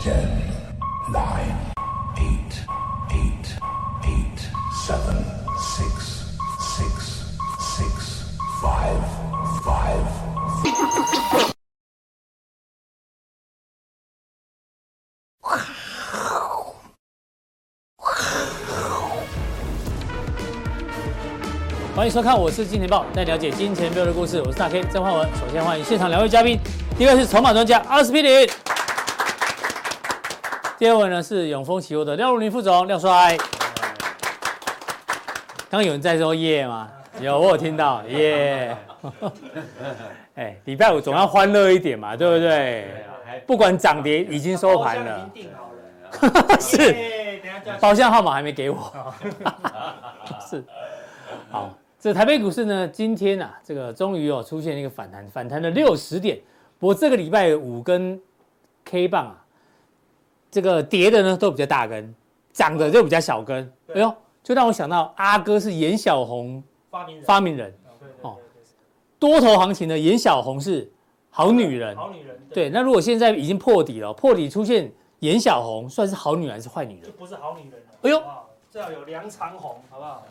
10, 9, 8, 8, 8, 7, 6, 6, 6, 5, 5, 好欢迎收看，我是金钱豹，带你了解金钱豹的故事。我是大 K 曾焕文。首先欢迎现场两位嘉宾，第一位是筹码专家阿司匹林，第二位呢是永丰期货的廖如林副总廖帅。刚刚有人在说耶吗？有，我有听到耶。 哎，礼拜五总要欢乐一点嘛，对不对？不管涨跌，已经收盘了。 是，包厢号码还没给 我。是。好，这台北股市呢，今天啊，这个终于有出现一个反弹，反弹了六十点。不过这个礼拜五根 K 棒啊，这个跌的呢都比较大根，涨的就比较小根。哎呦，就让我想到阿哥是严小红发明人，发明人，对对哦对对多头行情的严小红是好女人。好女人，对，那如果现在已经破底了，破底出现严小红，算是好女人还是坏女就人？不是好女人了。哎呦好不好，这要有梁长虹，好不好？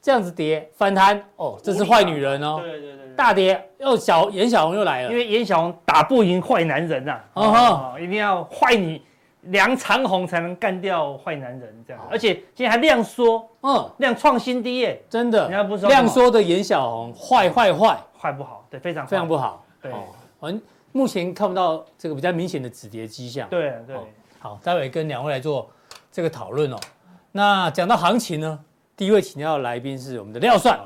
这样子跌反弹，哦，这是坏女人哦。对对对对，大跌又小严小红又来了，因为严小红打不赢坏男人呐、哦啊，吼哦，一定要坏你梁长虹才能干掉坏男人这样哦好，而且今天还量缩，嗯，量创新低耶，真的，人家不说量缩的严小红坏坏坏，坏不好，对，非常非常不，不好。对哦，完目前看不到这个比较明显的止跌迹象。对对哦好，待会跟两位来做这个讨论哦。那讲到行情呢，第一位请到的来宾是我们的廖帅，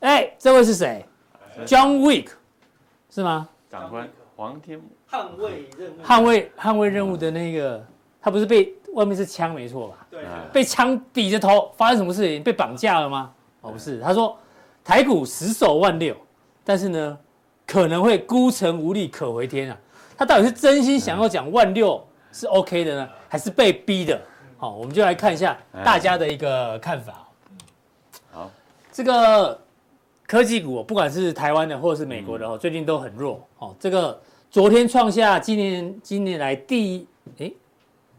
哎，这位是谁？John Wick 是吗？长官黄天捍卫任务，捍卫捍卫任务的那个，他不是被外面是枪没错吧？对啊被枪抵着头，发生什么事情？被绑架了吗？哦，不是，他说台股死守万六，但是呢，可能会孤城无力可回天啊。他到底是真心想要讲万六是 OK 的呢，还是被逼的？好、我们就来看一下大家的一个看法。好，这个科技股，不管是台湾的或者是美国的哦，最近都很弱哦。这个昨天创下今年今年来第一，诶，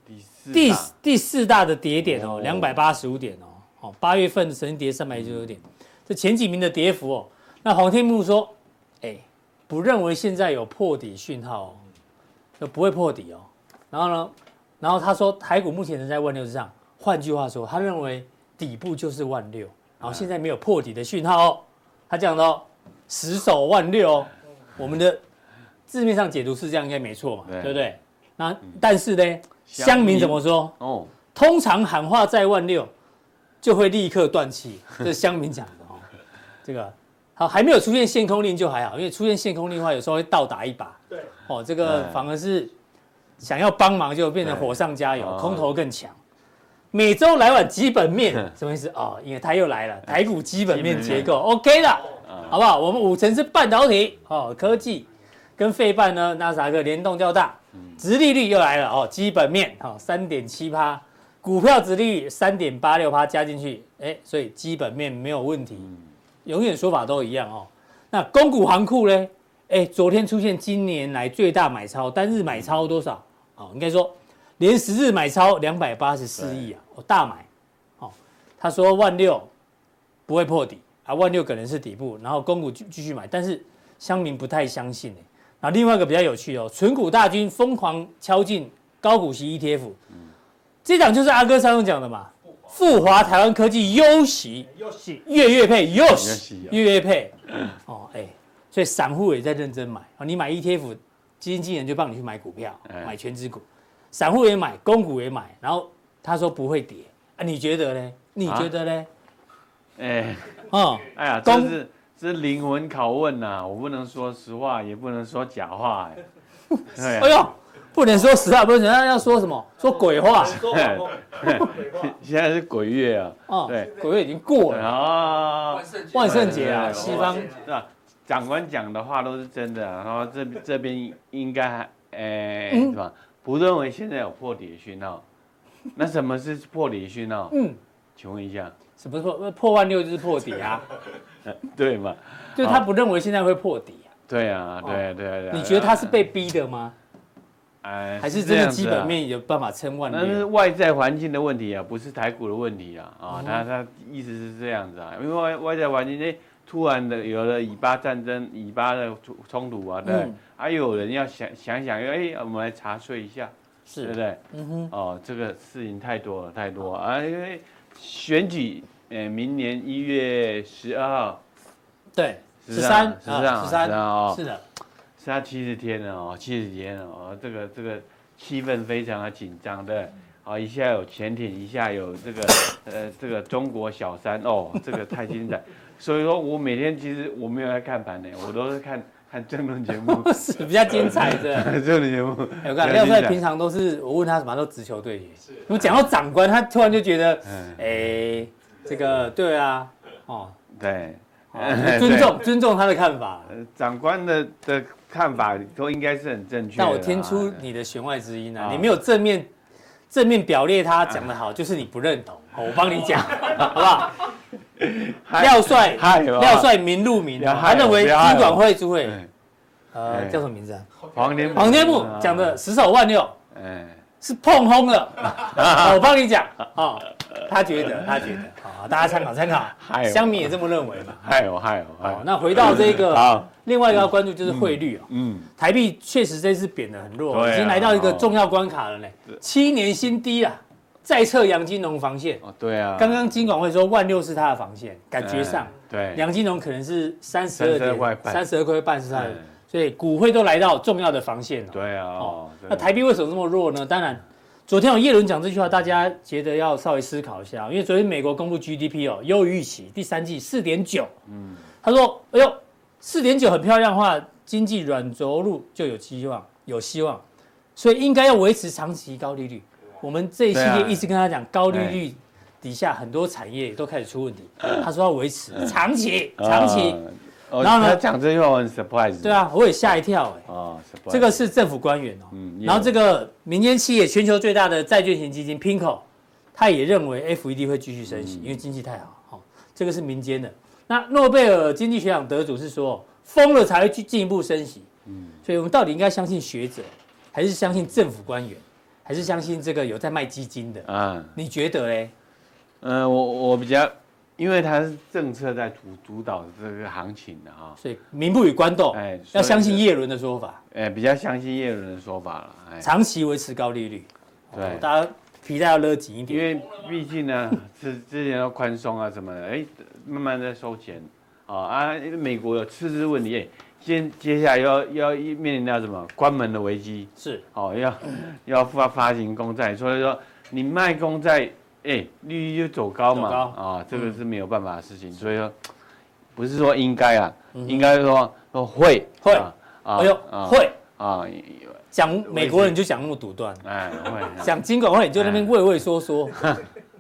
第四第大第四大的跌点哦，两哦百八十五点哦，哦，八月份的神跌三百九十点，这前几名的跌幅哦。那黄天木说，哎，不认为现在有破底讯号哦，就不会破底哦。然后呢，然后他说台股目前仍在万六之上，换句话说，他认为底部就是万六，然后现在没有破底的讯号哦。他讲到死守万六哦，我们的字面上解读是这样，应该没错嘛，对对不对？那但是呢，乡乡民民怎么说？哦，通常喊话在万六，就会立刻断 气，这是乡民讲的哦。这个好，还没有出现限空令就还好，因为出现限空令的话，有时候会倒打一把对，哦。这个哎反而是想要帮忙，就变成火上加油对，哦空头更强。每周来碗基本 面什么意思？哦，因为他又来了，台股基本面哎基本结面构 OK 了，啊好不好？我们五成是半导体哦，科技跟费半呢，纳斯达克联动较大，嗯殖利率又来了哦，基本面哦三点七趴，股票殖利率三点八六趴加进去，哎，所以基本面没有问题，嗯永远说法都一样哦。那公股行库呢？哎，昨天出现今年来最大买超，单日买超多少？哦，应该说连十日买超两百八十四亿啊，哦，大买。哦，他说万六不会破底啊，万六可能是底部，然后公股继继续买，但是乡民不太相信哎、然后另外一个比较有趣哦，纯股大军疯狂敲进高股息 ETF，、这档就是阿哥上次讲的嘛，富华台湾科技优息又喜月月配优息息啊月月配，哦哎、所以散户也在认真买哦，你买 ETF，基金经理人就帮你去买股票，哎买全资股，散户也买，公股也买，然后他说不会跌啊，你觉得呢？你觉得呢？哎哦，哎呀，这公是这是灵魂拷问呐、我不能说实话，也不能说假话、哎，对哎啊，呦，不能说实话，不能那要说什么？说鬼话说谎话鬼话，现在是鬼月啊，哦，对鬼月已经过对了，啊，万圣节啊，对西方是吧？长官讲的话都是真的、然后这这边应该还，哎、嗯是吧？不认为现在有破底的讯号，那什么是破底讯号？嗯，请问一下，什么破破万六就是破底 啊，对嘛？就他不认为现在会破底啊，对啊，对啊对啊对啊。你觉得他是被逼的吗？哎，还是这真的样子基本啊面有嗯办法撑万但是六？外在环境的问题啊，不是台股的问题啊，啊、哦他他意思是这样子啊，因为外外在环境，哎、突然的有了以巴战争、以巴的冲冲突啊，对不对，嗯还、有人要想想想，哎、我们来查税一下，对不是，对？嗯哼，哦，这个事情太多了，太多了啊，因为选举，呃，明年一月十二号，对，十13三啊十三十十三三，哦是的， 是他七十天了哦，七十天了哦，这个这个气氛非常的紧张的。嗯啊，一下有潜艇，一下有这个 呃这个中国小三哦，这个太 精彩。所以说我每天其实我没有在看盘呢，我都是看看政论节 目，是比较精彩的。 政论节目。哎我看比廖较精帅彩平常都是我问他什么，他都直球对决。我讲到长官，他突然就觉得，嗯，哎，这个对啊，哦， 哎对，哦尊重尊重他的看法，呃长官的的看法都应该是很正确的但啦。我哎听出你的弦外之音啊，啊你没有正面正面表列他讲得好，就是你不认 同。哦好我帮你讲，好不好？嗨廖帅，嗨哦廖帅名录名不哦，要害他认为我不资要害我管会主委，哎呃，哎叫什么名字啊？黄天黄天木讲的，十手万六哎，是碰轰了， 我帮你讲啊哦，他觉得他觉得，好，大家参考参考，嗨哦乡民也这么认为嘛。害我害我害好我，。那回到这个哦好，另外一个要关注就是汇率哦。嗯，台币确实这次贬得很弱，哦对啊哦已经来到一个重要关卡了呢，七年新低啊，再测杨金龙防线。哦对啊，刚刚金管会说万六是它的防线，感觉上哎对，杨金龙可能是三十二32块点半三十二块半是它的嗯，所以股汇都来到重要的防线了。对啊，哦哦，那台币为什么这么弱呢？当然，昨天有叶伦讲这句话，大家觉得要稍微思考一下，因为昨天美国公布 GDP 哦，优于预期，第三季四点九，嗯他说：“哎呦，四点九很漂亮的话，经济软着陆就有希望，有希望，所以应该要维持长期高利率。”我们这一系对列啊一直跟他讲，高利率底下很多产业都开始出问题。啊他说要维持长期，长期。呃。然然后后呢呢，他讲这句话我很 surprise。对，啊，我也吓一跳哎，哦，surprise，这个是政府官员哦。嗯然后这个民间企业全球最大的债券型基金 PIMCO，他也认为 FED 会继续升嗯息，因为经济太好。哦，这个是民间的。那诺贝尔经济学奖得主是说，疯了才会去进一步升息。嗯，所以我们到底应该相信学者，还是相信政府官员，还是相信这个有在卖基金的？嗯你觉得嘞？嗯，我我比较，因为他是政策在主主导这个行情的啊哈，所以民不与官斗，哎要相信所以耶伦的说法，哎，比较相信叶伦的说法了，哎，长期维持高利率。哦对，大家皮带要勒紧一因点。为毕竟呢，之之前要宽松啊什么的，哎，慢慢在收钱啊啊，因为美国有赤字问题，哎接接下来要要面临到什么关门的危机，是哦，要要发发行公债，所以说你卖公债，哎，利率就走高嘛，走高嗯啊、这个是没有办法的事情，所以说不是说应该啊，应该说说会会啊，啊哎呦，啊会啊，讲美国人就讲那么独断，哎会，讲金管会你就在那边畏畏缩 缩，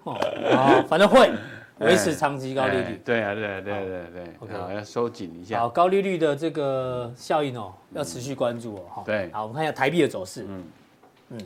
哦，好反正会维持长期高利哎率。对啊对啊对啊对啊对啊好，OK 好要收紧一好，下，高利率的这个效应哦，要持续关注哦。哈对好，我们看一下台币的走势。嗯嗯嗯，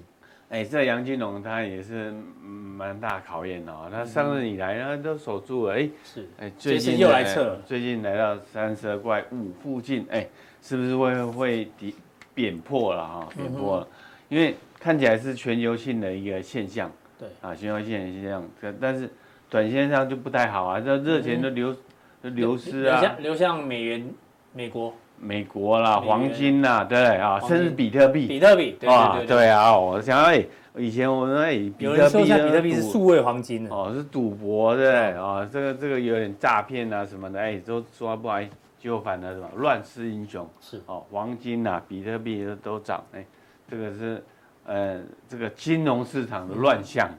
哎，这杨金龙他也是嗯蛮大考验哦，他上任以来呢都守住了，哎。是，哎，最这次近又呢来测了最近来到三十二块五附近，哎，是不是会会跌贬破了哈？贬破嗯了，因为看起来是全球性的一个现象，对啊，全球性的现象，但但是短线上就不太好啊，这热钱都流嗯都流失流啊，向流向美元、美国、美国啦，美元黄金啦，对啊，黄金甚至比特币比特币。对啊对，对。对啊，我想哎，以前我们哎，比有特人说币现在呢比特币是赌数位黄金了。哦，是赌博对不对？哦，这个这个有点诈骗啊什么的，哎，都抓不来，结果反而啊什么乱世英雄是哦，黄金啊、比特币都都涨，哎，这个是呃这个金融市场的乱象，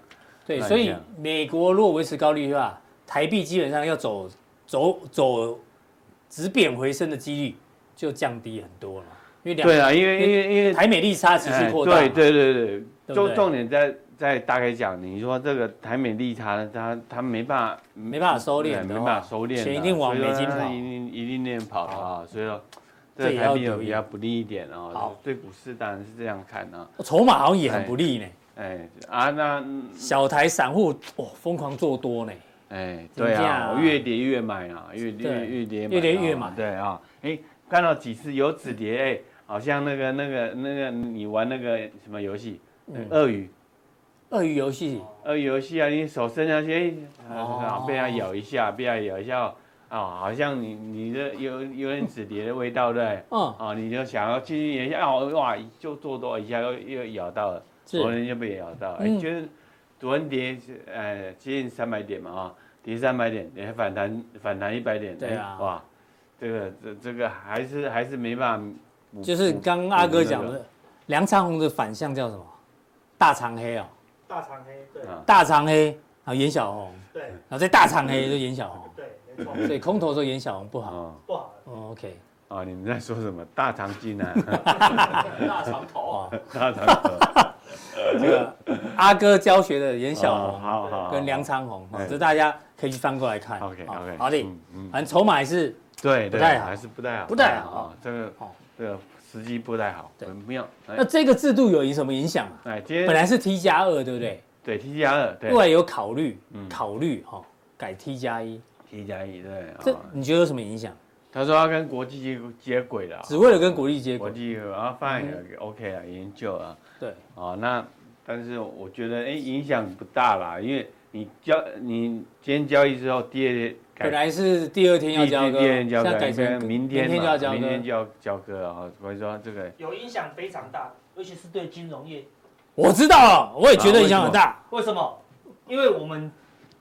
对，乱所以象美国如果维持高利率的话，台币基本上要走走走直贬回升的几率就降低很多了，因为两对啊，因为因为因为台美利差持续哎扩大嘛、对对对不对，对重重点在在大概讲，你说这个台美利差呢，它它没办法没办法收敛哎没的话办法收敛啊，钱一定往所以说美金跑它一定一定那边跑啊，所以说。这对也台要币有留意比较不利一点哦好，对股市当然是这样看啊。筹码好像也很不利呢。哎啊，那小台散户哦疯狂做多呢，哎，对真假啊，我越跌越买啊，越对越越跌越跌啊越买对啊，哎，看到几次有止跌，哎，好像那个那个那个你玩那个什么游戏，嗯鳄鱼，鳄鱼游戏鳄鱼游戏啊，你手伸下去，哎，哦啊被它咬一下，被它咬一下，哦，好像你你的有有点纸碟的味道对，嗯，哦，你就想要进去一下，哦哇，就做多一下又又咬到了，是昨天就被咬到，哎，嗯就是昨天跌呃接近三百点嘛啊，跌三百点，哎反弹反弹一百点，对啊哎哇，这个这这个还是还是没办法补，就是补刚刚阿哥讲，补的，梁长虹的反向叫什么？大长黑哦，大长黑，对啊大长黑，然后严小红，对然后再大长黑就严小红，对，没错，所以空头的时候严小红不那个好。哦不好，哦 OK，哦，你们在说什么？大肠筋 啊，大长头，哦，大肠头。这个阿哥教学的严小哦红好好跟梁长虹，哦哎这大家可以去翻过来看。 OK 好 OK，好的，嗯，反正筹码也是对，不对太好还是不太好，不太好啊，这个好这个时机不太好，对很妙。那哎这个制度有影什么影响啊？哎，今本天来是 T 加二，对不对？对 T 加二，后来对有考虑嗯，考虑哈、哦，改 T 加一， T 加一，对。这啊你觉得有什么影响？他说要跟国际接接轨了，啊只为了跟国际接国轨，嗯际啊，fine OK 了，研究啊，对，啊，那但是我觉得哎，影响不大啦，因为你交你今天交易之后，第二天本改。来是第二天要交割，第二天交现割，在改成明天嘛明天就要交割明，天就要交割啊！所以说这个有影响非常大，尤其是对金融业。我知道了，我也觉得影响很啊大，为什么？因为我们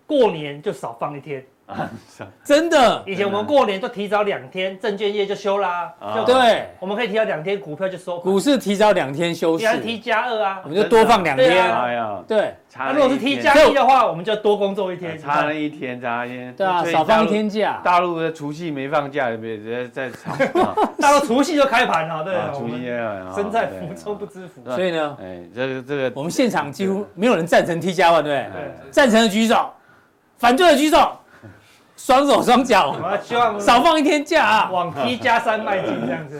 过年就少放一天，啊， 是啊真的，以前我们过年就提早两天，证券业就休啦。啊就对，我们可以提早两天，股票就收盘。股市提早两天休你市，要 T 加二啊我。们就多放两对天，啊哎呀，对差那了如果是一 T 天加一的话，我们就多工作一啊天。差了一天，差了一天。对啊，所以少大放陆一。天假，大陆的除夕没放假，别在在吵。啊 大到除夕就开盘了，对啊啊，我除夕们啊，身在福中不对。知福。大所以呢，哎，这个这个，我们现场几乎没有人赞成 T 加万，对不对？哎赞成的举手，反对的举手，双手双我哎脚，们希望少放一天假啊！往 T 加三迈进，这样子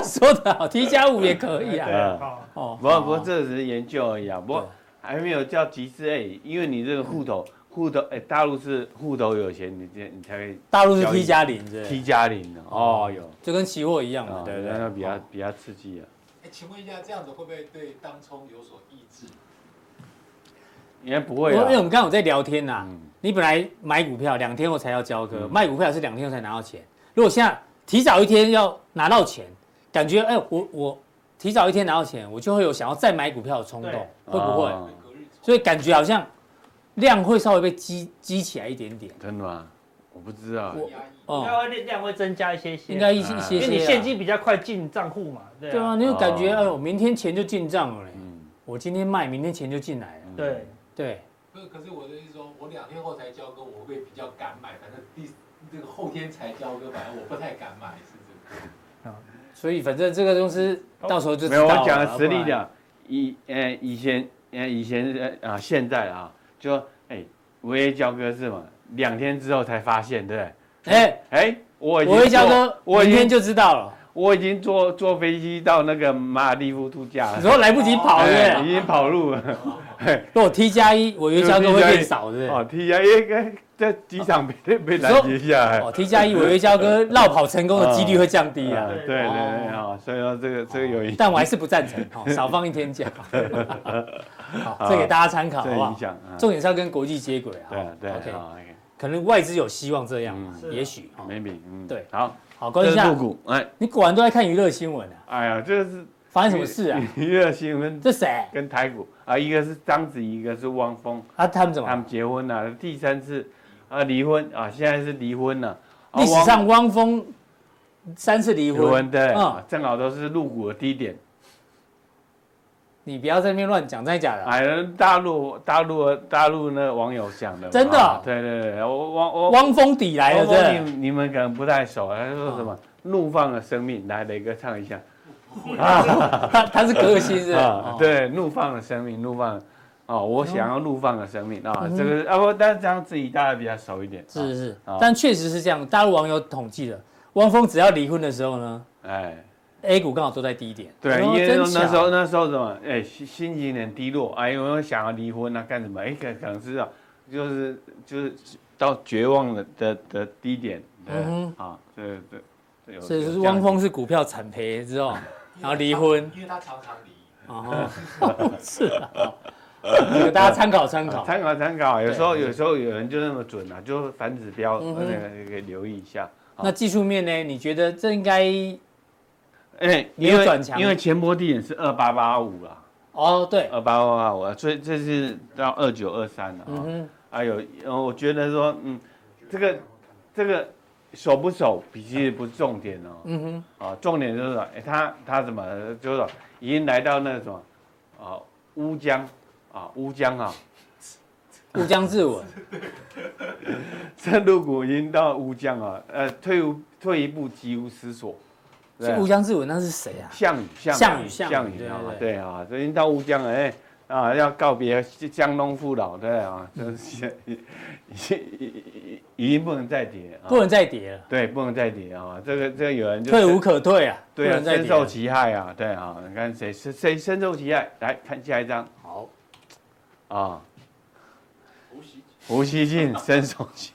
说的好，T 加五也可以对啊。啊好哦，不过不过这只是研究而已啊，不过对嗯还没有叫集资哎，因为你这个户头户头哎，大陆是户头有钱，你这你才可以大陆是交易 T 加零，对不 T 对，加零的哦，有就跟期货一样嘛啊，，对哦不那对？比较比较刺激啊，哎，请问一下，这样子会不会对当冲有所抑制？应该不我会因为我啊。们刚刚有在聊天呐嗯，你本来买股票两天后才要交割，嗯卖股票是两天后才拿到钱。如果现在提早一天要拿到钱，感觉哎，我我提早一天拿到钱，我就会有想要再买股票的冲动，对会不会？哦会隔日冲？所以感觉好像量会稍微被激激起来一点点。真的吗？我不知道压哎。抑。应哦，该会量会增加一些些，应该一些一些啊因些为啊你现金比较快进账户嘛，对对啊，啊，你就感觉哦哎呦，明天钱就进账了嘞，嗯我今天卖，明天钱就进来了。对，对，不是，可是我的意思说，我两天后才交割，我会比较敢买。反正第这个后天才交割，反正我不太敢买，是这个。所以反正这个公司到时候就知哦没有，道我了讲的实力，不然的，以呃以前呃以前呃啊现在啊，就说哎违约交割是嘛，两天之后才发现，对不对？哎，哎，我已经我一交坐割，我已明天经就知道了。我已经坐坐飞机到那个马尔地夫度假你了，说来不及跑哎对不已对？经跑路了。如果 T 加一，违约交割会变少对不哦对？ ，T I 应该在机场被被拦截下哎来。哦，T 加一违约交割哎绕跑成功的几率会降低啊啊。对对对啊，所以说这个这个有影，但我还是不赞成，哦，少放一天 假。好，这给大家参考这好个不影好？响啊。重点是要跟国际接轨啊。对啊对啊 OK，啊可能外资有希望这样嘛嗯，是啊也许。哦，OK，maybe，嗯，对好，好，关这一是下入，股，哎。你果然都在看娱乐新闻啊？哎呀，这个是发生什么事啊？？娱乐新闻这谁跟台股啊，一个是章子怡，一个是汪峰，啊？他们怎他们么？结婚了、第三次啊离婚啊，现在是离婚了、啊。历史汪上汪峰三次离离婚，婚对、嗯啊正好都是入股的低点。你不要在那边乱讲，真的假的？哎，大陆大陆大陆那网友想的，真的哦啊对对对，我汪我汪峰底来了，嗯汪对峰不对，你你们可能不太熟，啊他说什么？怒放的生命，来磊哥唱一下啊 他他是歌星是不是？啊哦，，对，怒放的生命，怒放，哦，我想要怒放的生命啊，嗯哼这个啊，不，但是这样自己大家比较熟一点，啊是是是啊，但确实是这样。大陆网友统计了，汪峰只要离婚的时候呢哎， ，A 股刚好都在低点。对，哦因为真那巧时候那时候什么，哎，心心情有点低落，哎，有没有想要离婚啊？干什么？哎，可可能是啊，就是就是到绝望的的的低点，对嗯，啊，这这这有所以有就是这样 汪峰是股票惨赔之后，然后离婚因为他常常离。哦， 是啊，哦这个大家参考参考。啊参考参考，有时候对有时候有人就那么准啊，就反指标嗯那哼个可以留意一下。好那技术面呢？你觉得这应该哎，没因有为转强因为前波低点是二八八五啦，哦，对，二八八五，所以这是到二九二三了嗯啊。哼，哎呦，呃我觉得说，嗯，这个这个守不守，其实不是重点哦。嗯哼，啊，重点就是说，哎，他他怎么就是说已经来到那个什么啊乌江啊乌江啊， 乌江自刎，深入股已经到乌江啊，呃，退无退一步即无思索。 对是啊乌江自刎，那是谁啊？项羽，项项羽羽，项项羽羽对啊对，对啊，所以到乌江了，哎啊，要告别江东父老，对啊，真是 已经已已经不能再跌啊不，能再跌了，对，不能再跌啊，这个这个有人 就退深无可退啊，不对啊，能再深跌受了。其害啊，对啊，你看谁谁谁深受其害，来看下一张好，啊，胡锡进 深受其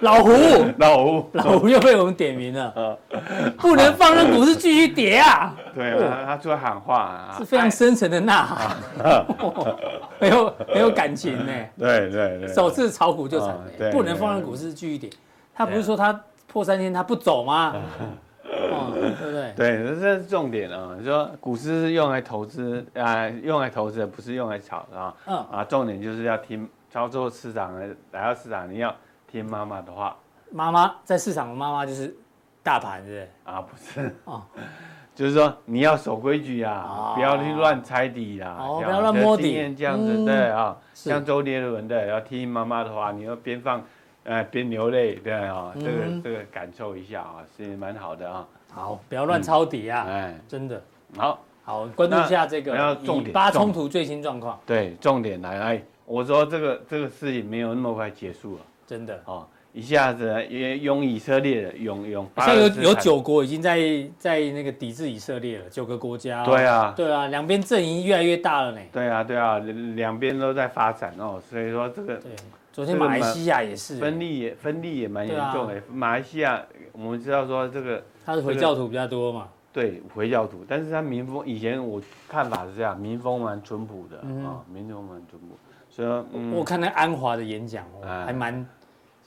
老 胡，老胡，老胡又被我们点名了 呃，不能放任股市继续跌 啊，对啊，他出来喊话啊是，非常深沉的呐 喊，很有很有感情呢。对对对，首次炒股就惨啊对了，不能放任股市继续跌。他不是说他破三千他不走吗？哦，对不对？对，这这是重点啊！你说股市是用来投资啊、用来投资的，不是用来炒的啊。嗯啊，重点就是要听操作市场的，来到市场你要听妈妈的话妈妈在市场的妈妈就是大盘，对不对？啊，不是哦 就是说你要守规矩啊，哦不要去乱猜底啦，哦这样不要乱摸底经验这样子、嗯对啊。是像周杰伦的，要听妈妈的话，你要边放呃边流泪，对啊，这个、嗯这个感受一下啊，是蛮好的啊。好，不要乱抄底啊，哎，真的。好。好，关注一下这个那要重以点巴重冲突最新状况，对，重点来，哎，我说这个这个事情没有那么快结束了真的。啊、哦，一下子也拥以色列了，拥拥巴像有勒斯坦有九国已经在在那个抵制以色列了，九个国家、对啊，啊，对啊，两边阵营越来越大了呢。对啊，对啊，两两边都在发展哦，所以说这个对，昨天马来西亚也是，分裂也分裂也蛮严重的。对啊马来西亚我们知道说这个他是回教徒比较多嘛。对回教徒，但是他民风以前我看法是这样，民风蛮淳朴的啊、嗯民风蛮淳朴，所以说嗯，我看那安华的演讲、哦哎还蛮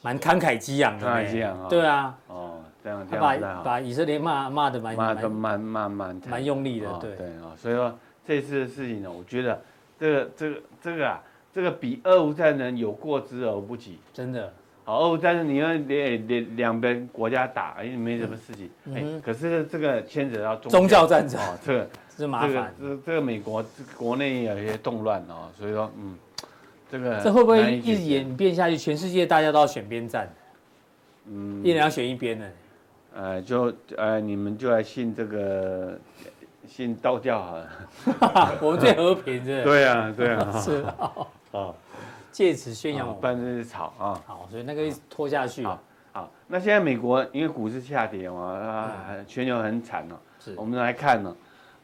蛮慷慨激昂的呢。慷慨激昂啊对啊，哦这样他这样把子啊。把以色列骂骂的蛮骂的蛮慢慢慢蛮用力的哦对对啊，所以说这次的事情呢，我觉得这个这个这个啊，这个比俄乌战争有过之而无不及。真的，好，俄乌战争你要两两两边国家打，哎，没什么事情。嗯哎嗯哼，可是这个牵扯到宗教战争哦， 这个这麻这烦。个这这个美国国内有一些动乱哦，所以说嗯，这个这会不难会以解一直决？演变下去？全世界大家都要选边站，嗯一人要选一边呢？呃，就呃，你们就来信这个信道教好了。我们最和平是不对啊，对啊。是， 是哦啊，借此宣扬啊我们。办这些草啊。好，所以那个一直拖下去，啊好好，那现在美国因为股市下跌嘛，啊，全球很惨哦。嗯是我们来看呢，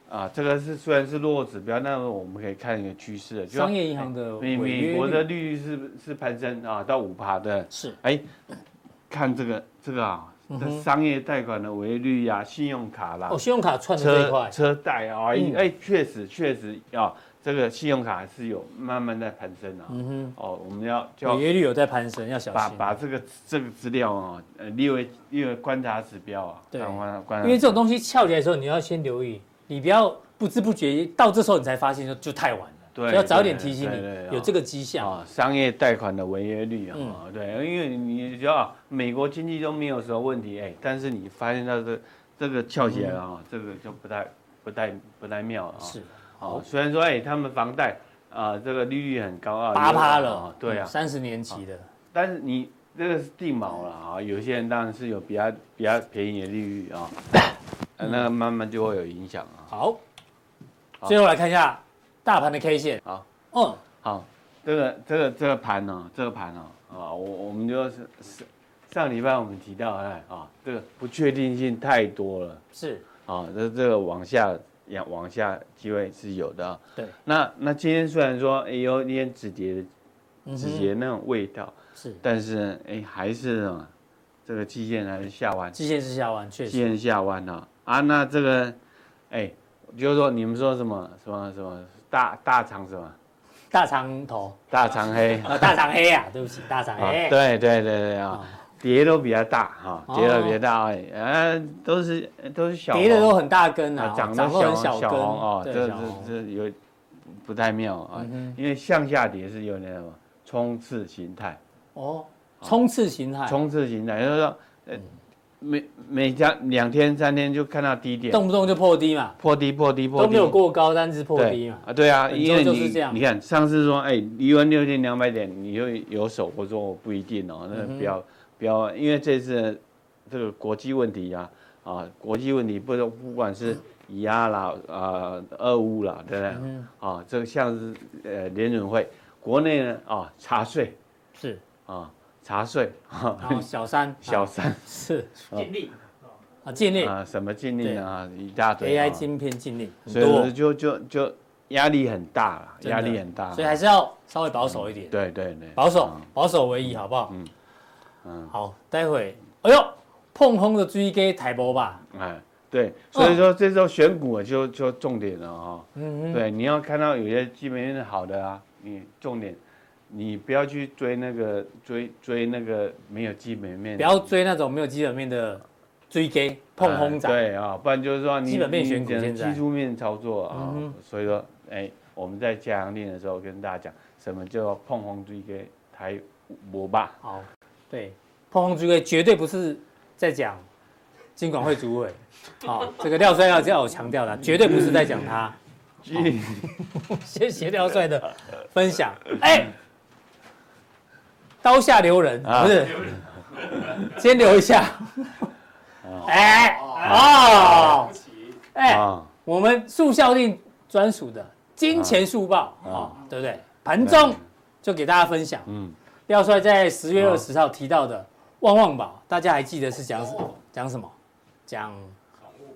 啊，这个是虽然是弱指标，但是我们可以看一个趋势，就哎商业银行的美违约美国率的利率是是攀升啊，到五趴的。是哎，看这个这个啊，这商业贷款的违约率呀，信用卡啦嗯哦，，信用卡串的最车快，车贷啊，哎嗯哎，确实确实啊，这个信用卡是有慢慢在攀升啊。嗯哦，我们要就哼，要违约率有在攀升，要小把心。把这个这个资料啊、呃，列为列为观察指标啊，对看观察观察，因为这种东西翘起来的时候，你要先留意，你不要不知不觉到这时候你才发现就就太晚了，对所以要早点提醒对对对你对有这个迹象。啊、商业贷款的违约率啊、对，因为你知道美国经济都没有什么问题，哎，但是你发现到这这个翘起来了啊、这个就不太不太不太妙了啊、是哦，虽然说哎，他们房贷啊、这个利率很高啊，八趴啊了，嗯对啊，三十年期的，但是你这个是地毛了啊，有些人当然是有比较比较便宜的利率 啊、呃那个慢慢就会有影响啊。好，好最后来看一下大盘的 K 线。好，嗯，好，这个这个这个盘呢、这个盘呢、啊，我我们就是是上礼拜我们提到哎啊，这个不确定性太多了是啊，这这个往下往往下机会是有的、啊。对，那那今天虽然说哎有一点止跌的嗯止哼跌那种味道，是但是呢哎还是啊，这个季线还是下弯，季线是下弯，确季实线下弯啊啊，那这个哎就是说你们说什么什么什么大大长什么大长头大长黑啊，大长黑啊，对不起，大长啊，黑。对对对对啊，跌都比较大哈，哦跌都比较大而已，啊，都是都是小叠的红都很大根啊，长得得很小根红哦，对这这小红这有不太妙啊嗯，哼因为向下跌是有那什么冲刺形态，哦，冲刺形态，啊冲刺形态就是说，嗯呃，每每家两天三天就看到低点，动不动就破低嘛，破低破低破都低，没有过高，但是破对低嘛。啊，对啊，本因为周就你是这样你看上次说，哎，一万六千两百点，你又有手，我说我不一定哦，嗯那个不要、不要，因为这次这个国际问题啊，啊，国际问题不不管是以阿啦啊、俄乌啦，对不对？嗯啊，这个像是呃联准会，国内呢啊查税是，啊查税，啊、然后小三 小啊三是尽力啊，禁令啊什么禁令啊一大堆啊 AI 晶片禁令很所以多，就就就压力很大了，真的压力很大，所以还是要稍微保守一点，对对对，保守啊嗯保守为宜，好不好？嗯嗯好，待会哎呦碰轰的追给台波吧，哎，对，所以说这时候选股啊就就重点了哈、哦嗯哼，对，你要看到有些基本面是好的啊，你重点，你不要去追那个追追那个没有基本面，不要追那种没有基本面的追给碰轰涨，哎对啊、不然就是说你基本面你选股只能现在技术面操作啊、嗯所以说哎，我们在加强练的时候跟大家讲，什么叫碰红追给台摩吧，好，对，碰碰聚会绝对不是在讲金管会主委，好、这个廖帅要要我强调的，绝对不是在讲他。谢谢廖帅的分享。哎、刀下留人、啊不是，先留一下。哎、哦，起， 哎、啊，我们速效令专属的金钱速报啊、啊哦对不对？盘中就给大家分享。嗯，廖帅在十月好二十号提到的旺旺宝，大家还记得是讲什哦么？讲什么？讲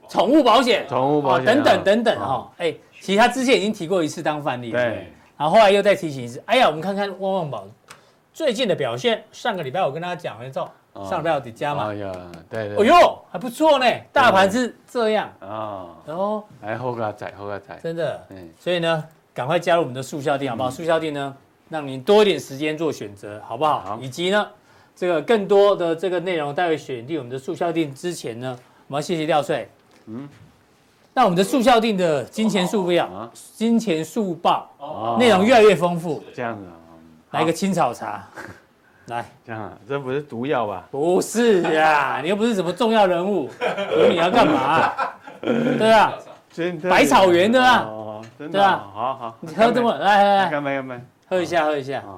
宠物保险、哦宠物保险、啊等等等等啊哈。哎，其实他之前已经提过一次当范例了，对，然后后来又再提醒一次。哎呀，我们看看旺旺宝最近的表现。上个礼拜我跟大家讲完之后，啊上礼拜有底加嘛哎，呀，对对哎对，呦，还不错呢，大盘是这样啊。哦，哎，后个仔，后个仔，真的。嗯，所以呢，赶快加入我们的速效店，好不好？速效店呢，让您多一点时间做选择，好不好？好以及呢，这个更多的这个内容，待会选定我们的速效店之前呢，我们要谢谢廖帅。嗯嗯，那我们的速效店的金钱速报、啊金钱速报哦内容越来越丰富，这样子啊，来个青草茶。 来，这样啊，这不是毒药吧？不是啊，你又不是什么重要人物，你要干嘛、 对啊，真的百草园的啊哦，真对的啊啊，好好，你喝这么，哎来来来，干杯，干杯，喝一下，喝一下。啊，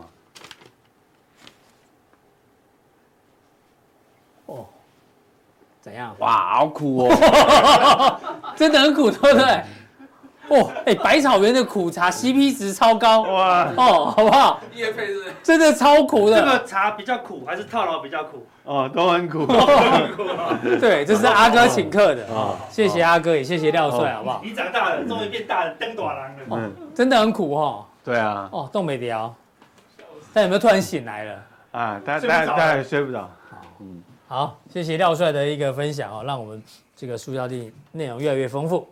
哦，怎样？哇，好 苦哦，真的很苦，对不对？哦，哎，百草园的苦茶 CP 值超高哇，哦，好不好？叶配是真的超苦这的，个茶比较苦，还是套牢比较苦？哦，都 很苦，对，这是阿哥请客的，啊，谢谢阿哥，也谢谢廖帅，哦好不好？你长大了，终于变大了，登短郎了。嗯，真的很苦哦，对啊，哦，冻没聊，但有没有突然醒来了？啊，他睡不他着他也睡不着，好，谢谢廖帅的一个分享哦，让我们这个塑胶地内容越来越丰富。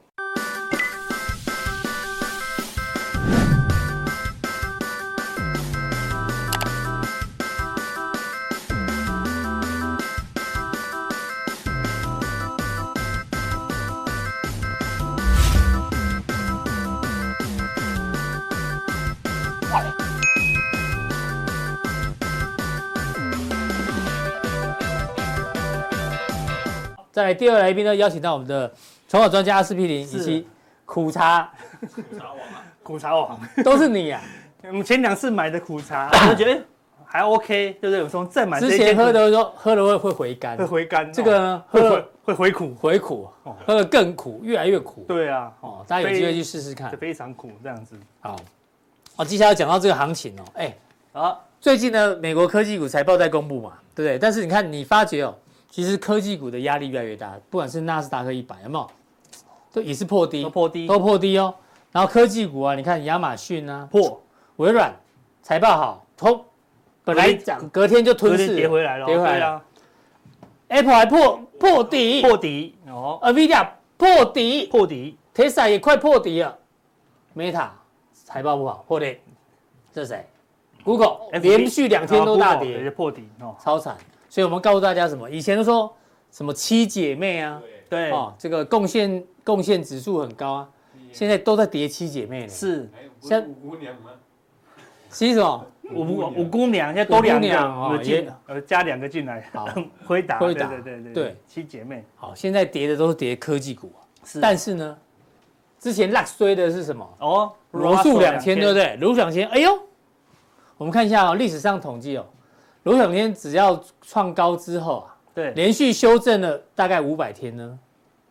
再来第二来宾呢，邀请到我们的筹码专家阿司匹林以及苦茶，苦茶哦王，都是你啊！ 我们前两次买的苦茶， 我就觉得哎还 OK，对不对？我从再买这一之间前喝的时候喝了会会回甘会，回甘，哦这个呢喝会了回会回苦，回苦，喝了更苦，越来越苦。对啊，哦，大家有机会去试试看这。非常苦这样子。好，哦，接下来讲到这个行情哦，哎，啊，最近呢，美国科技股财报在公布嘛，对不对？但是你看，你发觉哦，其实科技股的压力越来越大，不管是纳斯达克一百，有没有？都也是破低，都破低都破低哦。然后科技股啊，你看亚马逊啊，破，微软财报好，通本来隔天涨，隔天就昨吞噬了，天跌回来了哦，跌回来对了。啊， Apple 还破破底，破底，哦， NVIDIA 破底，破底， ，Tesla 也快破底了，Meta 财报不好破裂，这谁？Google 连续两天都大跌，破底哦。超惨。所以我们告诉大家什么？以前都说什么七姐妹啊，对，对，哦，这个贡献贡献指数很高啊，现在都在跌七姐妹呢。是哎，不是像五姑娘吗？七什么？五姑五姑娘，现在多两五姑个娘哦有进也，呃，加两个进来。好， 回答，辉达对对对对，七姐妹好，现在跌的都是跌科技股啊、是但是呢，之前落衰的是什么？哦，罗素两千， 2000对不？对？罗素两千，哎呦，我们看一下哦，历史上统计哦，罗素两千只要创高之后啊，对，连续修正了大概五百天呢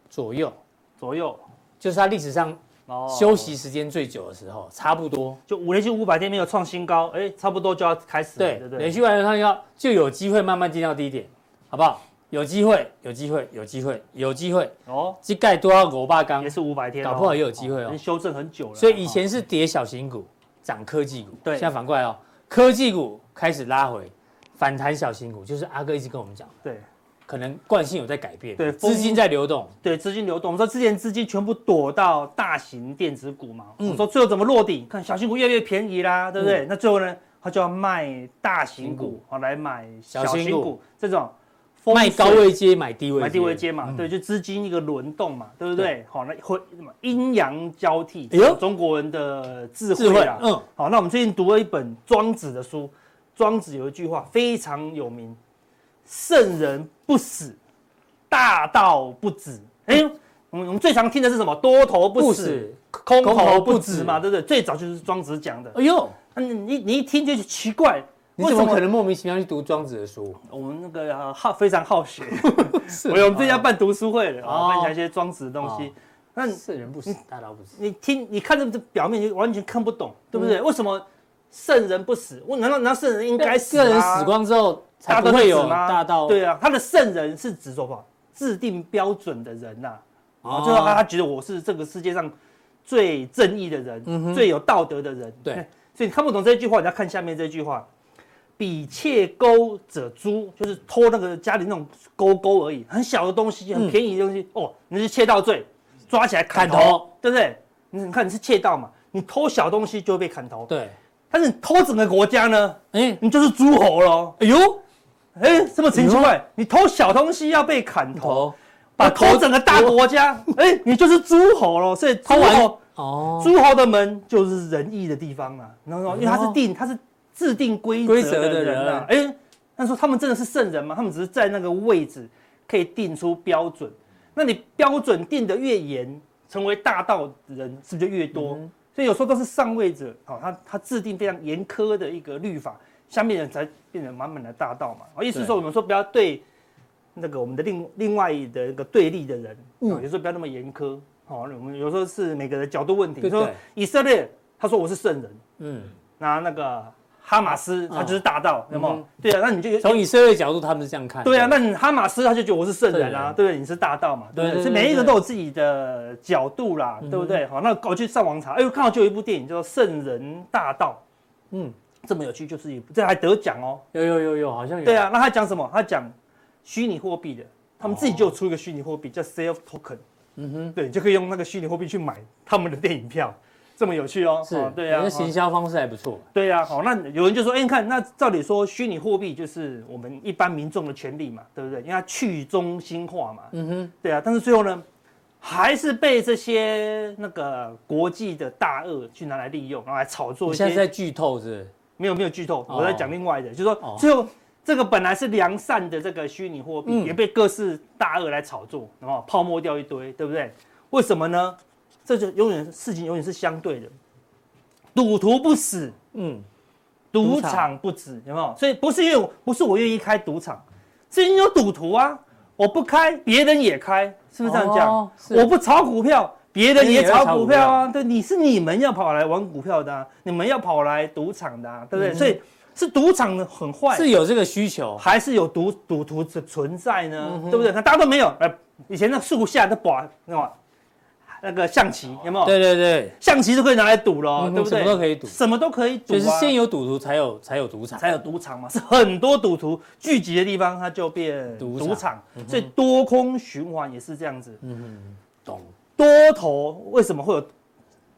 左右，左右就是它历史上哦休息时间最久的时候，差不多。就五连续五百天没有创新高，哎，差不多就要开始了，对对，不连对？续完成要就有机会慢慢进到低点，好不好？有机会，有机会，有机会，有机会，哦，这盖多少五百刚也，是五百天哦，搞不好也有机会哦已经修正很久了，所以以哦前是跌小型股，涨科技股，对现在反过来哦，科技股开始拉回，反弹小型股，就是阿哥一直跟我们讲，对可能惯性有在改变，对风资金在流动，对资金流动，我们说之前资金全部躲到大型电子股嘛，嗯我说最后怎么落地？看小型股越来越便宜啦，对不对？那最后呢，他就要卖大型型股股，好来买小型股这种风卖高水位接买低位，买地位接嗯嘛，，对，就资金一个轮动嘛，对不对？好，那会什么阴阳交替，哎呦中国人的智智慧慧啊，。嗯，好，那我们最近读了一本庄子的书，庄子有一句话非常有名：“圣人不死，大道不止。”哎，我们我们最常听的是什么？多头不不死，死，空空头头不不止止嘛，对不对？最早就是庄子讲的。哎呦，嗯，你你一听就奇怪，你怎么可能莫名其妙去读庄子的书？我们那个呃好非常好学？ 是啊我们这家办读书会的，哦啊，办一下一些庄子的东西哦。那世人不死，大道不死。你听，你看这表面，你完全看不懂，对不嗯对？为什么圣人不死？我难道难道圣人应该死、啊？个人死光之后，才大道不不死会有吗大道。对啊，他的圣人是指什么？制定标准的人呐、哦啊，就是他他觉得我是这个世界上最正义的人，最有道德的人。嗯对哎，所以你看不懂这句话，你要看下面这句话：“比窃钩者诛”，就是偷那个家里那种钩钩而已，很小的东西，很便宜的东西。哦，你是窃盗罪，抓起来砍嗯头，砍头对不对？你你看你是窃盗嘛，你偷小东西就会被砍头，对，但是你偷整个国家呢，哎你就是诸侯喽。哎呦，哎，这么奇怪，你偷小东西要被砍头，头把偷整个大国家，哎，你就是诸侯了。所以诸侯，哦，诸侯的门就是仁义的地方啊。然后，因为他是定，他是制定规规则则的的人啊。哎，那说他们真的是圣人吗？他们只是在那个位置可以定出标准。那你标准定得越严，成为大道的人是不是就越多？嗯所以有时候都是上位者，好、他他制定非常严苛的一个律法，下面人才变成满满的大道嘛。哦，意思是说我们说不要对那个我们的另另外的一个对立的人，哦嗯有时候不要那么严苛。哦，我们有时候是每个人角度问题。对比如说对以色列，他说我是圣人，嗯，那那个哈马斯他就是大道，有没嗯有？对啊，那你就从以色列角度，他们是这样看。对啊，那你哈马斯他就觉得我是圣人圣啊，人对不对？你是大盗嘛，对不对对嗯对？所以对每一个对都有自己的角度啦，对不对？好，那我去上网查，哎呦，刚好就有一部电影叫《做《圣人大盗》，嗯嗯，这么有趣，就是一部这还得奖哦。有有有有，好像有。对，啊，那他讲什么？他讲虚拟货币的，他们自己就有出一个虚拟货币叫 Self Token，嗯哼，对，你就可以用那个虚拟货币去买他们的电影票，这么有趣哦。是哦，对你啊，的哦行销方式还不错。对呀、好，那有人就说，哎、你看，那照理说，虚拟货币就是我们一般民众的权利嘛，对不对？因为它去中心化嘛，嗯哼，对啊。但是最后呢，还是被这些那个国际的大鳄去拿来利用，然后来炒作你一现在些。是在剧透是不是？没有没有剧透，哦我在讲另外的，就是哦说最后这个本来是良善的这个虚拟货币，嗯也被各式大鳄来炒作，然后泡沫掉一堆，对不对？为什么呢？这就永远事情永远是相对的，赌徒不死，嗯，赌场场不止，有没有？所以不是因为我不是我愿意开赌场，是因为有赌徒啊，我不开，别人也开，是不是这样讲？哦是我不炒股票，别人也炒股别人也票炒啊。对，你是你们要跑来玩股票的、啊，你们要跑来赌场的、啊，对不对？所以是赌场的很坏，嗯是有这个需求。还是有赌赌徒存存在呢？嗯对不对？看大家都没有，呃，以前那树下的把那个那个象棋有没有？对对对，象棋都可以拿来赌咯，嗯对不对？什么都可以赌什么都可以赌、就啊。是先有赌徒才有才有赌场。才有赌场嘛，是很多赌徒聚集的地方，它就变赌赌场嗯场，所以多空循环也是这样子。懂，多头为什么会有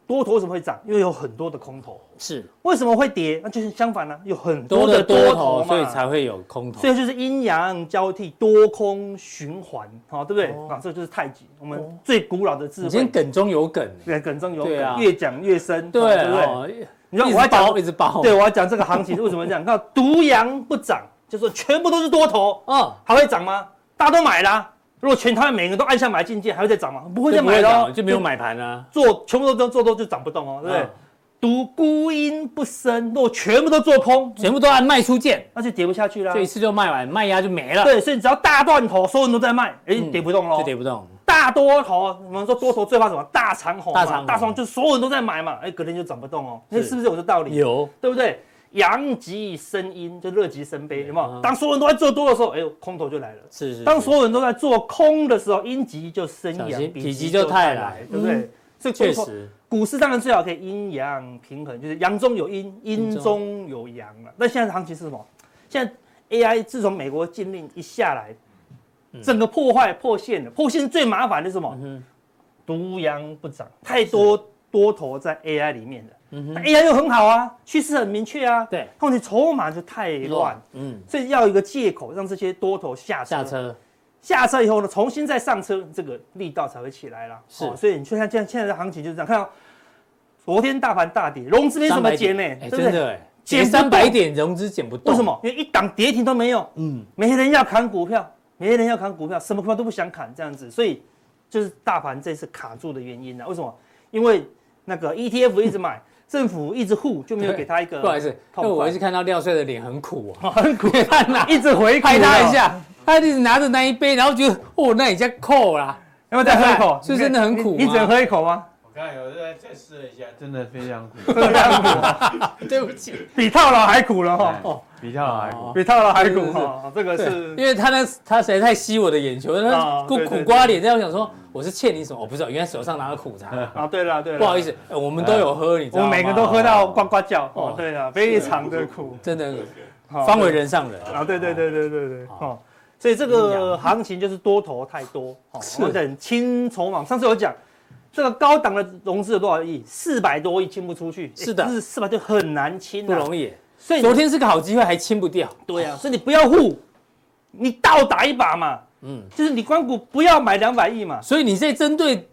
多头为什么会涨？因为有很多的空头。是为什么会跌？那就是相反呢、有很多多的的多头，嘛所以才会有空头所。以就是阴阳交替、多空循环，好、对不对？啊，这就是太极，我们最古老的智哦你今天慧。梗中有梗，对，梗中有对啊梗，越讲越深，对哦对不对？哦，你看一我直要讲包，一直包，对，我要讲这个行情是为什么这样？看独阳不涨，就说全部都是多 头，哦，还会涨吗？大家都买啦、如果全台湾每个人都按下买进键，还会再涨吗？不会就再不会买了哦，涨就没有买盘啊啦，做，全部都都做多就涨不动哦，对不对嗯？独孤阴不生，若全部都做空，全部都按卖出键，那就跌不下去啦这。一次就卖完，卖压就没了，对，所以只要大断头，所有人都在卖，哎嗯，跌不动就喽。跌不动，大多头，我们说多头最怕什么？大长红嘛，大长红大长就是所有人都在买嘛，哎，隔天就涨不动哦。那是是不是有这道理？有对不对？阳极生阴，就乐极生悲，有没嗯有？当所有人都在做多的时候，哎呦，空头就来了。是是，当是所有人都在做空的时候，阴极就生小阳心，比否极极就就泰泰来嗯来，对不对？所以确空头实股市当然最好可以阴阳平衡，就是阳中有阴，阴阴中有阳了。那现在的行情是什么？现在 AI 自从美国禁令一下来，嗯整个破坏破线了。破线最麻烦的是什么？独阳不涨，太多多头在 AI 里面了。那 AI 又很好啊，趋势很明确啊。嗯对，问题筹码就太乱，，嗯，所以要有一个借口让这些多头下车。下车下车以后呢，重新再上车，这个力道才会起来啦。哦是所以你就看现在现在的行情就是这样，看到昨天大盘大跌，融资没什么减呢、哎对不真对？的哎，减减不三百动点融资减不动，为什？么？因为一档跌停都没有，嗯，没人要砍股票，没人要砍股票，什么股票都不想砍，这样子，所以就是大盘这次卡住的原因啊啦。为什么？因为那个 ETF 一直 买，政府一直护，就没有给他一个不好意思，因痛为快我一直看到廖帅的脸很 苦啊，很苦，看呐，一直回啊拍他股了一，下，他一直拿着那一杯，然后觉得哦，那也叫扣啦，要不要再喝一口？是不是真的很苦啊你你吗只能喝一口啊 吗？我刚才有在再试了一下，真的非 常苦，真的很苦，对不起，啊比套牢还苦了哈。哎哦，比较还苦。比套了还是是苦哈，这个对，是因为他那他实在太吸我的眼球，他啊苦对对苦瓜脸，这样我想说我是欠你什么？我不知道，原来手上拿了苦 茶，啊，对了对了，不好意，思，呃我们都有喝，你知我道吗？们每个都喝到呱呱叫哦哦，对了，非常的苦，真的哦方为人上人啊，对对对对对对哦，所以这个行情就是多头太多，哦是我们等轻筹码，上次有讲。这个高档的融资有多少亿？四百多亿清不出去，是的是四百就很难清、啊，不容易。所以你昨天是个好机会，还清不掉。对啊，所以你不要护，你倒打一把嘛，嗯，就是你光谷不要买两百亿嘛，所以你在针对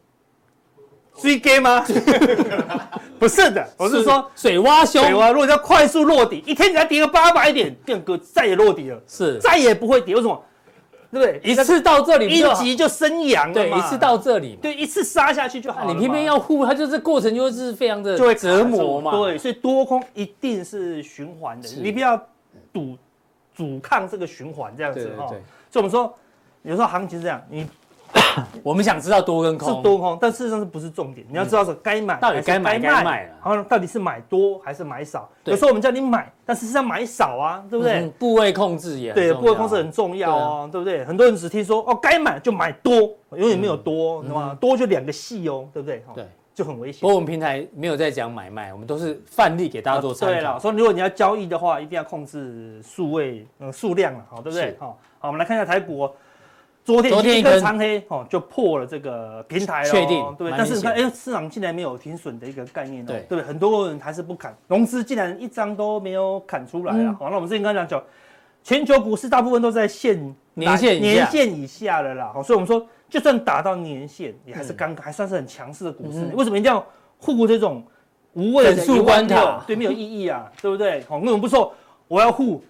追 K 吗？不是的，我是说水蛙兄，对啊，如果要快速落底，一天只要跌个八百点，变哥再也落底了，是再也不会跌。为什么？对不对？一次到这里不一就好，级就升阳了对嘛一次到这里嘛，对一次杀下去就好了嘛。你偏偏要护，他就这过程就是非常的就会卡住折磨嘛。对，所以多空一定是循环的，是你不要赌阻抗这个循环这样对子对哈。对，所以我们说，有时候行情是这样，你我们想知道多跟是空，多空，但事实上是不是重点？你要知道是该买嗯到底还是该买该卖卖了，然后到底是买多还是买少？对有时候我们叫你买，但事实上买少啊，对不对嗯？部位控制也很对，重要啊部位控制很重要哦，对不对？很多人只听说哦，该买就买多，哦永远没有多，懂吗？多就两个系哦，对不对？哦嗯对，就很危不险。过我们平台没有在讲买卖，我们都是范例给大家做参呃啊对了，考。所以如果你要交易的话，一定要控制数位呃数量了，好，对不对是？好，好，我们来看一下台股哦，昨天昨天一一根根长黑哦，就破了这个平台哦，确定对不对。蛮明但是你看，显哎，市场竟然没有停损的一个概念哦，对对不对？很多人还是不砍，融资竟然一张都没有砍出来啊嗯了。好，那我们之前刚刚讲，全球股市大部分都在现年线以下年线以下了啦。好，所以我们说，就算打到年线，也还是刚、还算是很强势的股市。嗯嗯哼为什么一定要护过这种无谓的整数关卡16,000对，没有意义 啊，对不对？好，那我们不说，我要护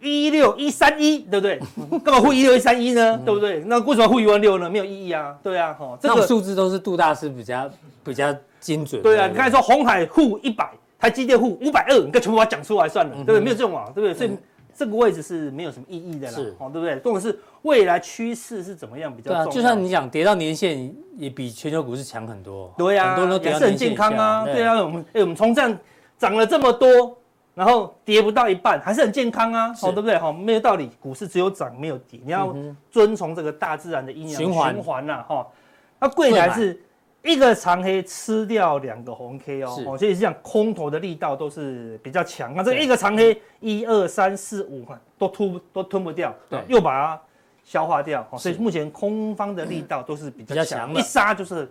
一六一三一，对不对？ 干嘛护一六一三一呢？嗯对不对？那为什么护一万六呢？没有意义啊，对啊，哈，这这种个数字都是杜大师比较比较精准的。对啊，你刚才说红海护一百，台积电护五百二，你跟全部把它讲出来算了，嗯对不对？没有这种啊，对不对？所以这个位置是没有什么意义的啦是，哦，对不对？重点是未来趋势是怎么样比较对重啊，要。就算你讲跌到年线，也比全球股市强很多。对呀、很多人都跌也到是很年线健以下康啊，对。啊，我们哎、我们从这样涨了这么多，然后跌不到一半，还是很健康啊，是嗯哦，对不对？哈、没有道理，股市只有涨没有跌，你要遵从这个大自然的阴阳循环循环呐、哈、那贵会台买是一个长黑吃掉两个红 K 哦是，哦，所以是这样，空头的力道都是比较强。那这对一个长黑一二三四五都吞都吞不掉，对又把它消化掉，哦所以是目前空方的力道都是比比较较强强，的一杀就是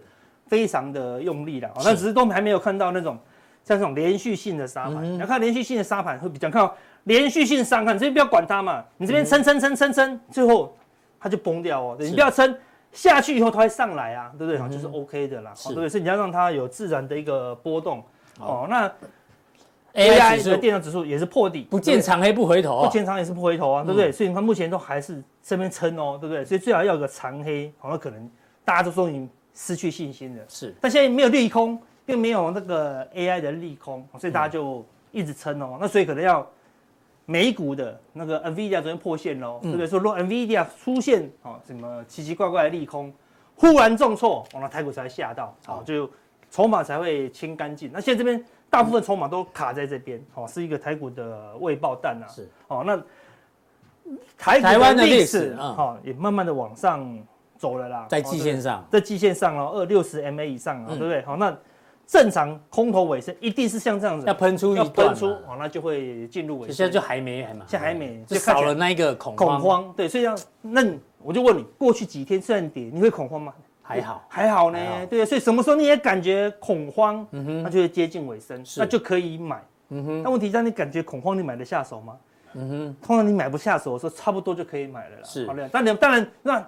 非常的用力了，哦那只是都还没有看到那种像这种连续性的嗯杀盘。你要看连续性的杀盘会比较看到连续性伤害，你这边不要管它嘛，嗯你这边撑撑撑撑撑，最后它就崩掉哦。对你不要撑下去以后它会上来啊，对不对？哦就是 OK 的啦，哦嗯是对不对？所以你要让它有自然的一个波动。哦，那 AI 指数的啊电量指数也是破底，不见对对长黑不回头不啊，建仓也是不回头啊，对不对？所以你看目前都还是这边撑哦，对不对？所以最好要有个长黑，好像可能大家都终于失去信心了。是但现在没有利空，并没有那个 AI 的利空，所以大家就一直撑哦。那所以可能要美股的那个 NVIDIA 昨天破线喽，对不对？说如果 NVIDIA 出现哦什么奇奇怪怪的利空，忽然重挫，哦，那台股才吓到，哦，就筹码才会清干净。那现在这边大部分筹码都卡在这边，哦，是一个台股的未爆弹啊。是，哦，那台股台湾的历史历史啊哦，也慢慢的往上走了啦，在哦季对线上，在季线上哦，二六十 MA 以上啊，嗯对不对？好，那正常空头尾声一定是像这样子，要喷出要一段嘛，喷出哦，那就会进入就尾声。现在就还没，还嘛，现在还没就就看少起来了那一个恐恐慌，慌，对，所以让那你我就问你，过去几天虽然跌，你会恐慌吗？还好，还好呢还好，对，所以什么时候你也感觉恐慌，嗯哼那就会接近尾声，是那就可以买。嗯哼，那问题让你感觉恐慌，你买得下手吗？嗯哼，通常你买不下手的时候，差不多就可以买了啦。是好了，当然当然那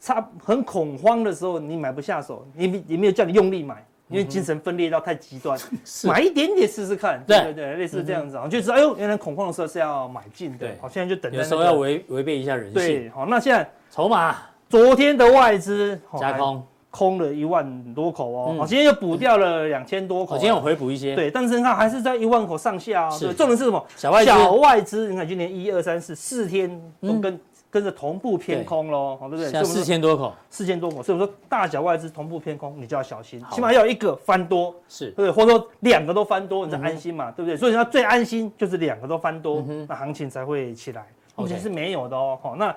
差很恐慌的时候，你买不下手，你也也没有叫你用力买，因为精神分裂到太极端， 是买一点点试试看。对嗯对对对，类似这样子啊，我就知道哎呦，原来恐慌的时候是要买进的对。好，现在就等待有那时候要个违违背一下人性，对，好，那现在筹码昨天的外资哦加还空，空了一万多口哦嗯，好，今天又补掉了两千多我口啊。哦今天有回补一些，，对，但是它还是在一万口上下哦。是对，重点是什么？小外资小外资，你看今年一二三四四天都嗯跟、跟着同步偏空喽，好对不对？现在四千多口，四千多口，所以我说大小外资同步偏空，你就要小心好，起码要有一个翻多，是对不对？或者说两个都翻多，你才安嗯心嘛，对不对？所以要最安心就是两个都翻多，那行情才会起来。目 OK 前是没有的哦。好，那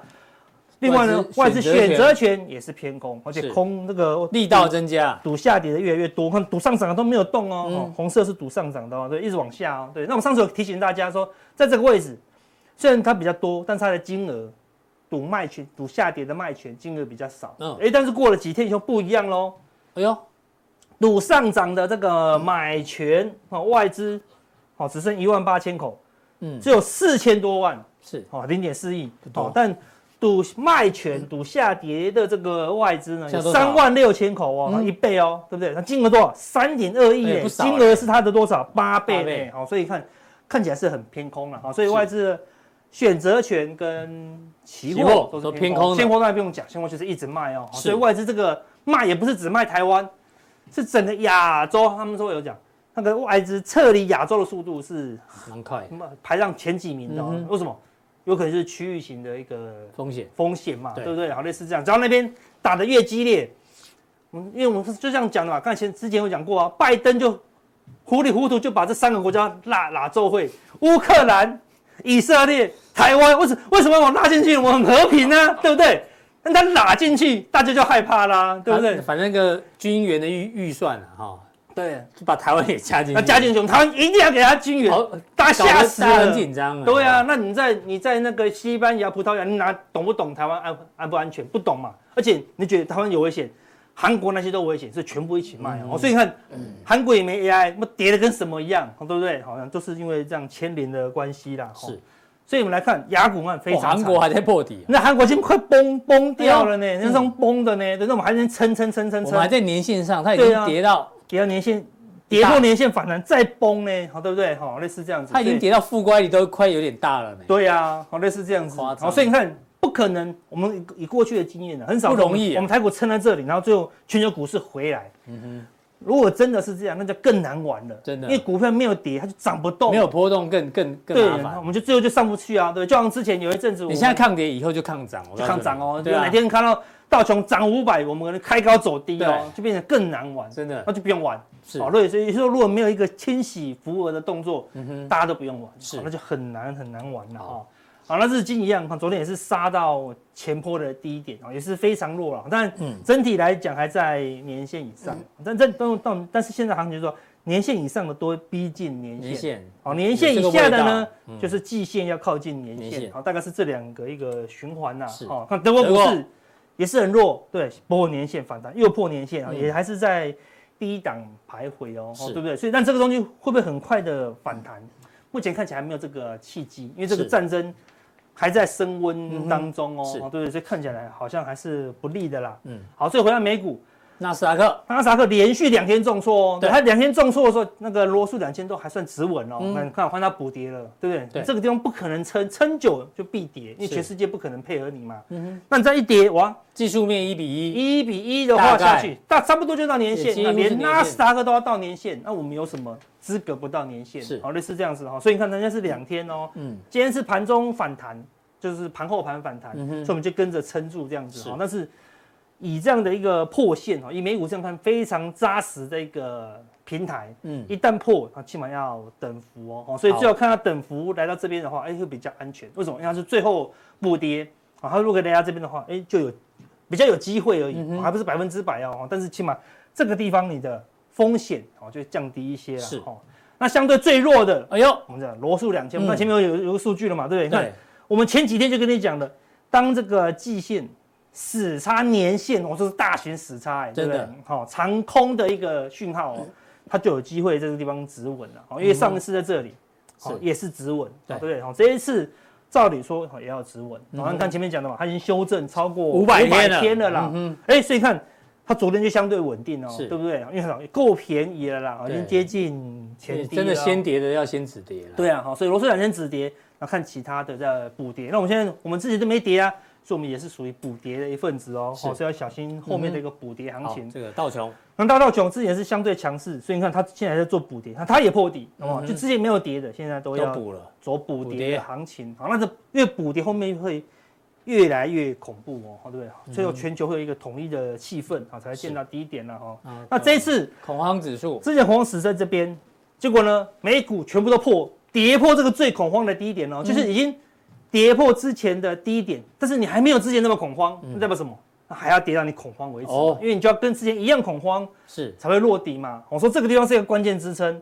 另外呢，外外资资选选择择权也是偏空，而且是空那个力道增加，赌下跌的越来越多，看赌上涨的都没有动哦，嗯哦红色是赌上涨的哦，对，一直往下哦，对。那我上次有提醒大家说，在这个位置，虽然它比较多，但是它的金额赌卖权、赌下跌的卖权金额比较少，嗯嗯，哎，但是过了几天以后不一样喽，哎呦，赌上涨的这个买权哦，外资哦只剩一万八千口，嗯嗯，只有四千多万，是哦，零点四亿多哦，但赌卖权、赌下跌的这个外资呢，现在有多少三万六千口哦，嗯一倍哦，对不对？那金额多少？三点二亿哎耶，不少哎金额是它的多少？八八倍倍呢？哦，所以看看起来是很偏空了哦，所以外资的选择权跟期期货货都都是偏偏空空的的，现货当然不用讲，现货就是一直卖哦，哦是所以外资这个卖也不是只卖台湾，是整个亚洲，他们说有讲。那个外资撤离亚洲的速度是蛮快的，排上前几名的、哦嗯哼为什么？有可能是区域型的一个风险风险嘛，对对不对？好，类似这样，只要那边打得越激烈，嗯，因为我们是就这样讲的嘛，刚才前之前有讲过啊，拜登就糊里糊涂就把这三个国家拉拉奏会，乌克兰、以色列、台湾，为什为什么我拉进去？我很和平啊，对不对？但他拉进去，大家就害怕啦，对不对反？反正那个军援的预预算啊，哈，对，就把台湾也加进去，那加进去，台湾一定要给他军援，好，大家吓搞得死大家了，很紧张啊，对啊，，那你在你在那个西班牙、葡萄牙，你哪懂不懂台湾安安不安全？不懂嘛，而且你觉得台湾有危险，韩国那些都危险，是全部一起卖嗯哦。所以你看，韩国也没 AI，那么跌的跟什么一样，哦对不对？好像都是因为这样牵连的关系啦。哦是，所以我们来看雅股案非哦常韩惨国还在破底啊，那韩国已经快崩崩掉了呢，哎呦那是种崩的呢，但是我们还能撑撑撑撑我们还撑，在年线上，它已经嗯对啊跌到，跌到年线，一跌大破年线反弹再崩呢，好对不对？好，类似这样子，它已经所以跌到负乖离都快有点大了呢，对呀、好类似这样子。夸张好，所以你看，不可能，我们以以过去的经验呢，很少不容易啊嗯我们台股撑在这里，然后最后全球股市回来。如果真的是这样，那就更难玩了。真的因为股票没有跌，它就涨不动。没有波动更更对，更麻然后我烦。们就最后就上不去啊。对，就像之前有一阵子我们，你现在抗跌以后就抗涨，我告诉就你看涨哦，就对啊，哪天看到道琼涨五百，我们可能开高走低哦对，就变得更难玩。真的那就不用玩。是好，对，所以说如果没有一个清洗浮额的动作，大家都不用玩，嗯是好那就很难很难玩了好哦。好，那日经一样，看昨天也是杀到前坡的低点啊，也是非常弱了，但嗯整体来讲还在年线以上，但但但但但是现在行情就是说年线以上的都会逼近年年线，线好，年线有这以个下味的道嗯呢，就是季线要靠近年年线线，好，大概是这两个一个循环呐是。哦，看德国股德国市也是很弱，对，破年线反弹又破年线啊，也还是在低档徘徊哦，哦嗯是对不对？所以但这个东西会不会很快的反弹？目前看起来还没有这个契机，因为这个是嗯战争还在升温哼当中哦，是哦对不对？所以看起来好像还是不利的啦。嗯嗯，好，所以回到美股，纳斯达克纳斯达克连续两天重挫哦，对对，它两天重挫的时候，那个罗素两千都还算止稳哦。嗯那你看，换它补跌了，对不对？对这个地方不可能撑，撑久就必跌，因为是嗯全世界不可能配合你嘛。那你再一跌，哇，技术面一比一，一比一的话大概下去，大差不多就到年也限几，乎那是年限连纳斯达克都要到年限，那我们有什么资格不到年限？是好，类似这样子哈、哦。所以你看，人家是两天哦，嗯，今天是盘中反弹，就是盘后盘反弹，嗯哼所以我们就跟着撑住这样子是哈。但是以这样的一个破线哈，以美股这样看非常扎实的一个平台，嗯嗯，一旦破，它起码要等幅哦，哦所以最好看它等幅来到这边的话，哎、会比较安全。为什么？因为它是最后补跌啊，它如果来到这边的话，哎、就有比较有机会嗯而已，哦还不是百分之百哦，哦但是起码这个地方你的风险哦就降低一些了，是哦。那相对最弱的，哎呦，我们讲罗素两千，我嗯们看前面有有有个数据了嘛，对不对？你看对，我们前几天就跟你讲的，当这个季线死叉年线，我、哦、这是大型死叉、哎，对不对真的？嗯好、长空的一个讯号哦，它就有机会在这个地方止稳了，哦，因为上一次在这里，好、嗯是也是止稳，哦对嗯对不对？好、这一次。照理说哦也要止稳，好、像看前面讲的嘛，它已经修正超过500天了500啦，哎、嗯所以看它昨天就相对稳定哦，是对不对？因为它够便宜了啦，已经对接近前低真的了哦先跌的要先止跌了，，对啊，好，所以罗素两先止跌，那看其他的在补跌。那我们现在我们自己都没跌啊，所以我们也是属于补跌的一份子哦，是嗯好，所以要小心后面的一个补跌行好情，。这个道琼那大道琼之前是相对强势，所以你看它现在在做补跌，它它也破底，好不好？就之前没有跌的，现在都嗯都要补了，走补补跌跌的行情。好，那这越补跌后面会越来越恐怖哦，好对不对？嗯最后全球会有一个统一的气氛，好才会见到低点了啊哦。那这一次。恐慌指数之前恐慌死在这边，结果呢，美股全部都破，跌破这个最恐慌的低点哦，嗯就是已经跌破之前的低点，但是你还没有之前那么恐慌，那代表什么？那还要跌到你恐慌为止嘛，嗯哦因为你就要跟之前一样恐慌是才会落底嘛。我说这个地方是一个关键支撑，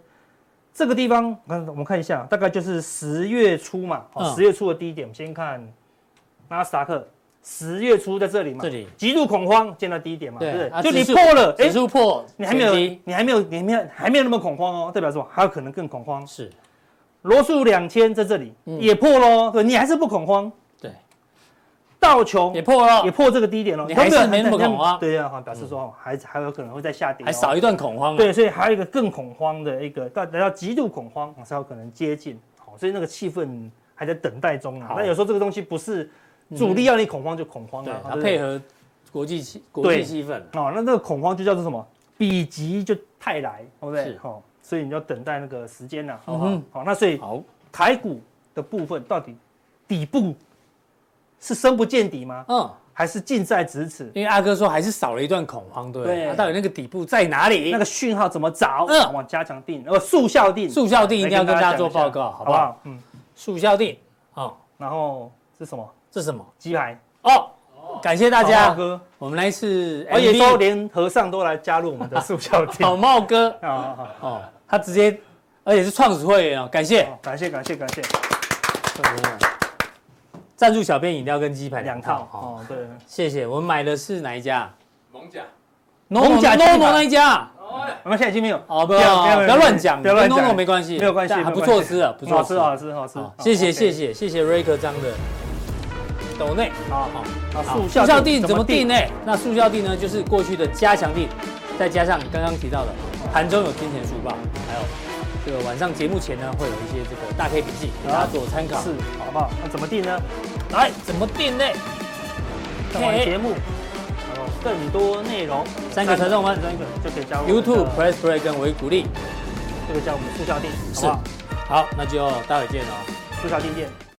这个地方，我看我们看一下，大概就是十月初嘛，嗯哦，十月初的低点，我们先看纳斯达克。十月初在这里嘛，这里极度恐慌，见到低点嘛，对不对？啊就你指数破了，哎指，数破，你还没有前低，你还没有，你还没有，还没有那么恐慌哦，代表什么？还有可能更恐慌。是罗素两千在这里、也破喽，对，你还是不恐慌。嗯对，道琼也破了也，破这个低点喽，你都有还是没那么恐慌啊嗯对呀、好，表示说、哦还还有可能会再下跌、哦还少。一段恐慌啊，对，所以还有一个更恐慌的一个，到来到极度恐慌，才有可能接近。好，所以那个气氛还在等待中啊好。嗯那有时候这个东西不是主力要你恐慌就恐慌对啊，，它对不对配合国际气国际对气氛，哦，那那个恐慌就叫做什么？比极就泰来，对不对是？哦，所以你要等待那个时间呐，好不嗯好？哼好，那所以好，台股的部分到底底部是深不见底吗？嗯。还是近在咫尺？因为阿哥说还是少了一段恐慌，对不对？对啊到底那个底部在哪里？那个讯号怎么找？嗯嗯，往加强定，呃，速效定，速效定一定要跟大来家做讲一报下告，好好不不好？好？嗯，速效定，哦，然后是什么？这是什么？鸡排，哦，感谢大好家不好，哥，我们来次而且 MV 说连和尚都来加入我们的速效定。草好帽哥好好，哦，他直接而且是创始会员哦，感谢好感谢感谢感谢，赞助小编饮料跟鸡排两两套套哦，哦，对。谢谢。我们买的是哪一家蒙甲， ？NONO 农家鸡 NONO 排那一家哦我们现在已经没有哦，不不要不要不要乱讲，不要乱跟讲 NONO 没关系，没有关系，但还没有不关错吃系哦啊，不好错吃，吃，好吃，好吃好。哦谢谢谢谢。谢谢谢瑞克张的抖内。哦好好，好速效定怎么定呢？？那速效定呢，就是过去的加强定，再加上刚刚提到的盘中有金钱书报，还有这个晚上节目前呢会有一些这个大 K 笔记给大家做参考。是，好不好？那怎么定呢？来怎么定呢？看完嘿节目，然后更多内容，三个传送门三个就可以加入我们的 YouTube Press Play 跟维鼓励，这个叫我们速效定，好不好？好，那就待会见哦。速效定见。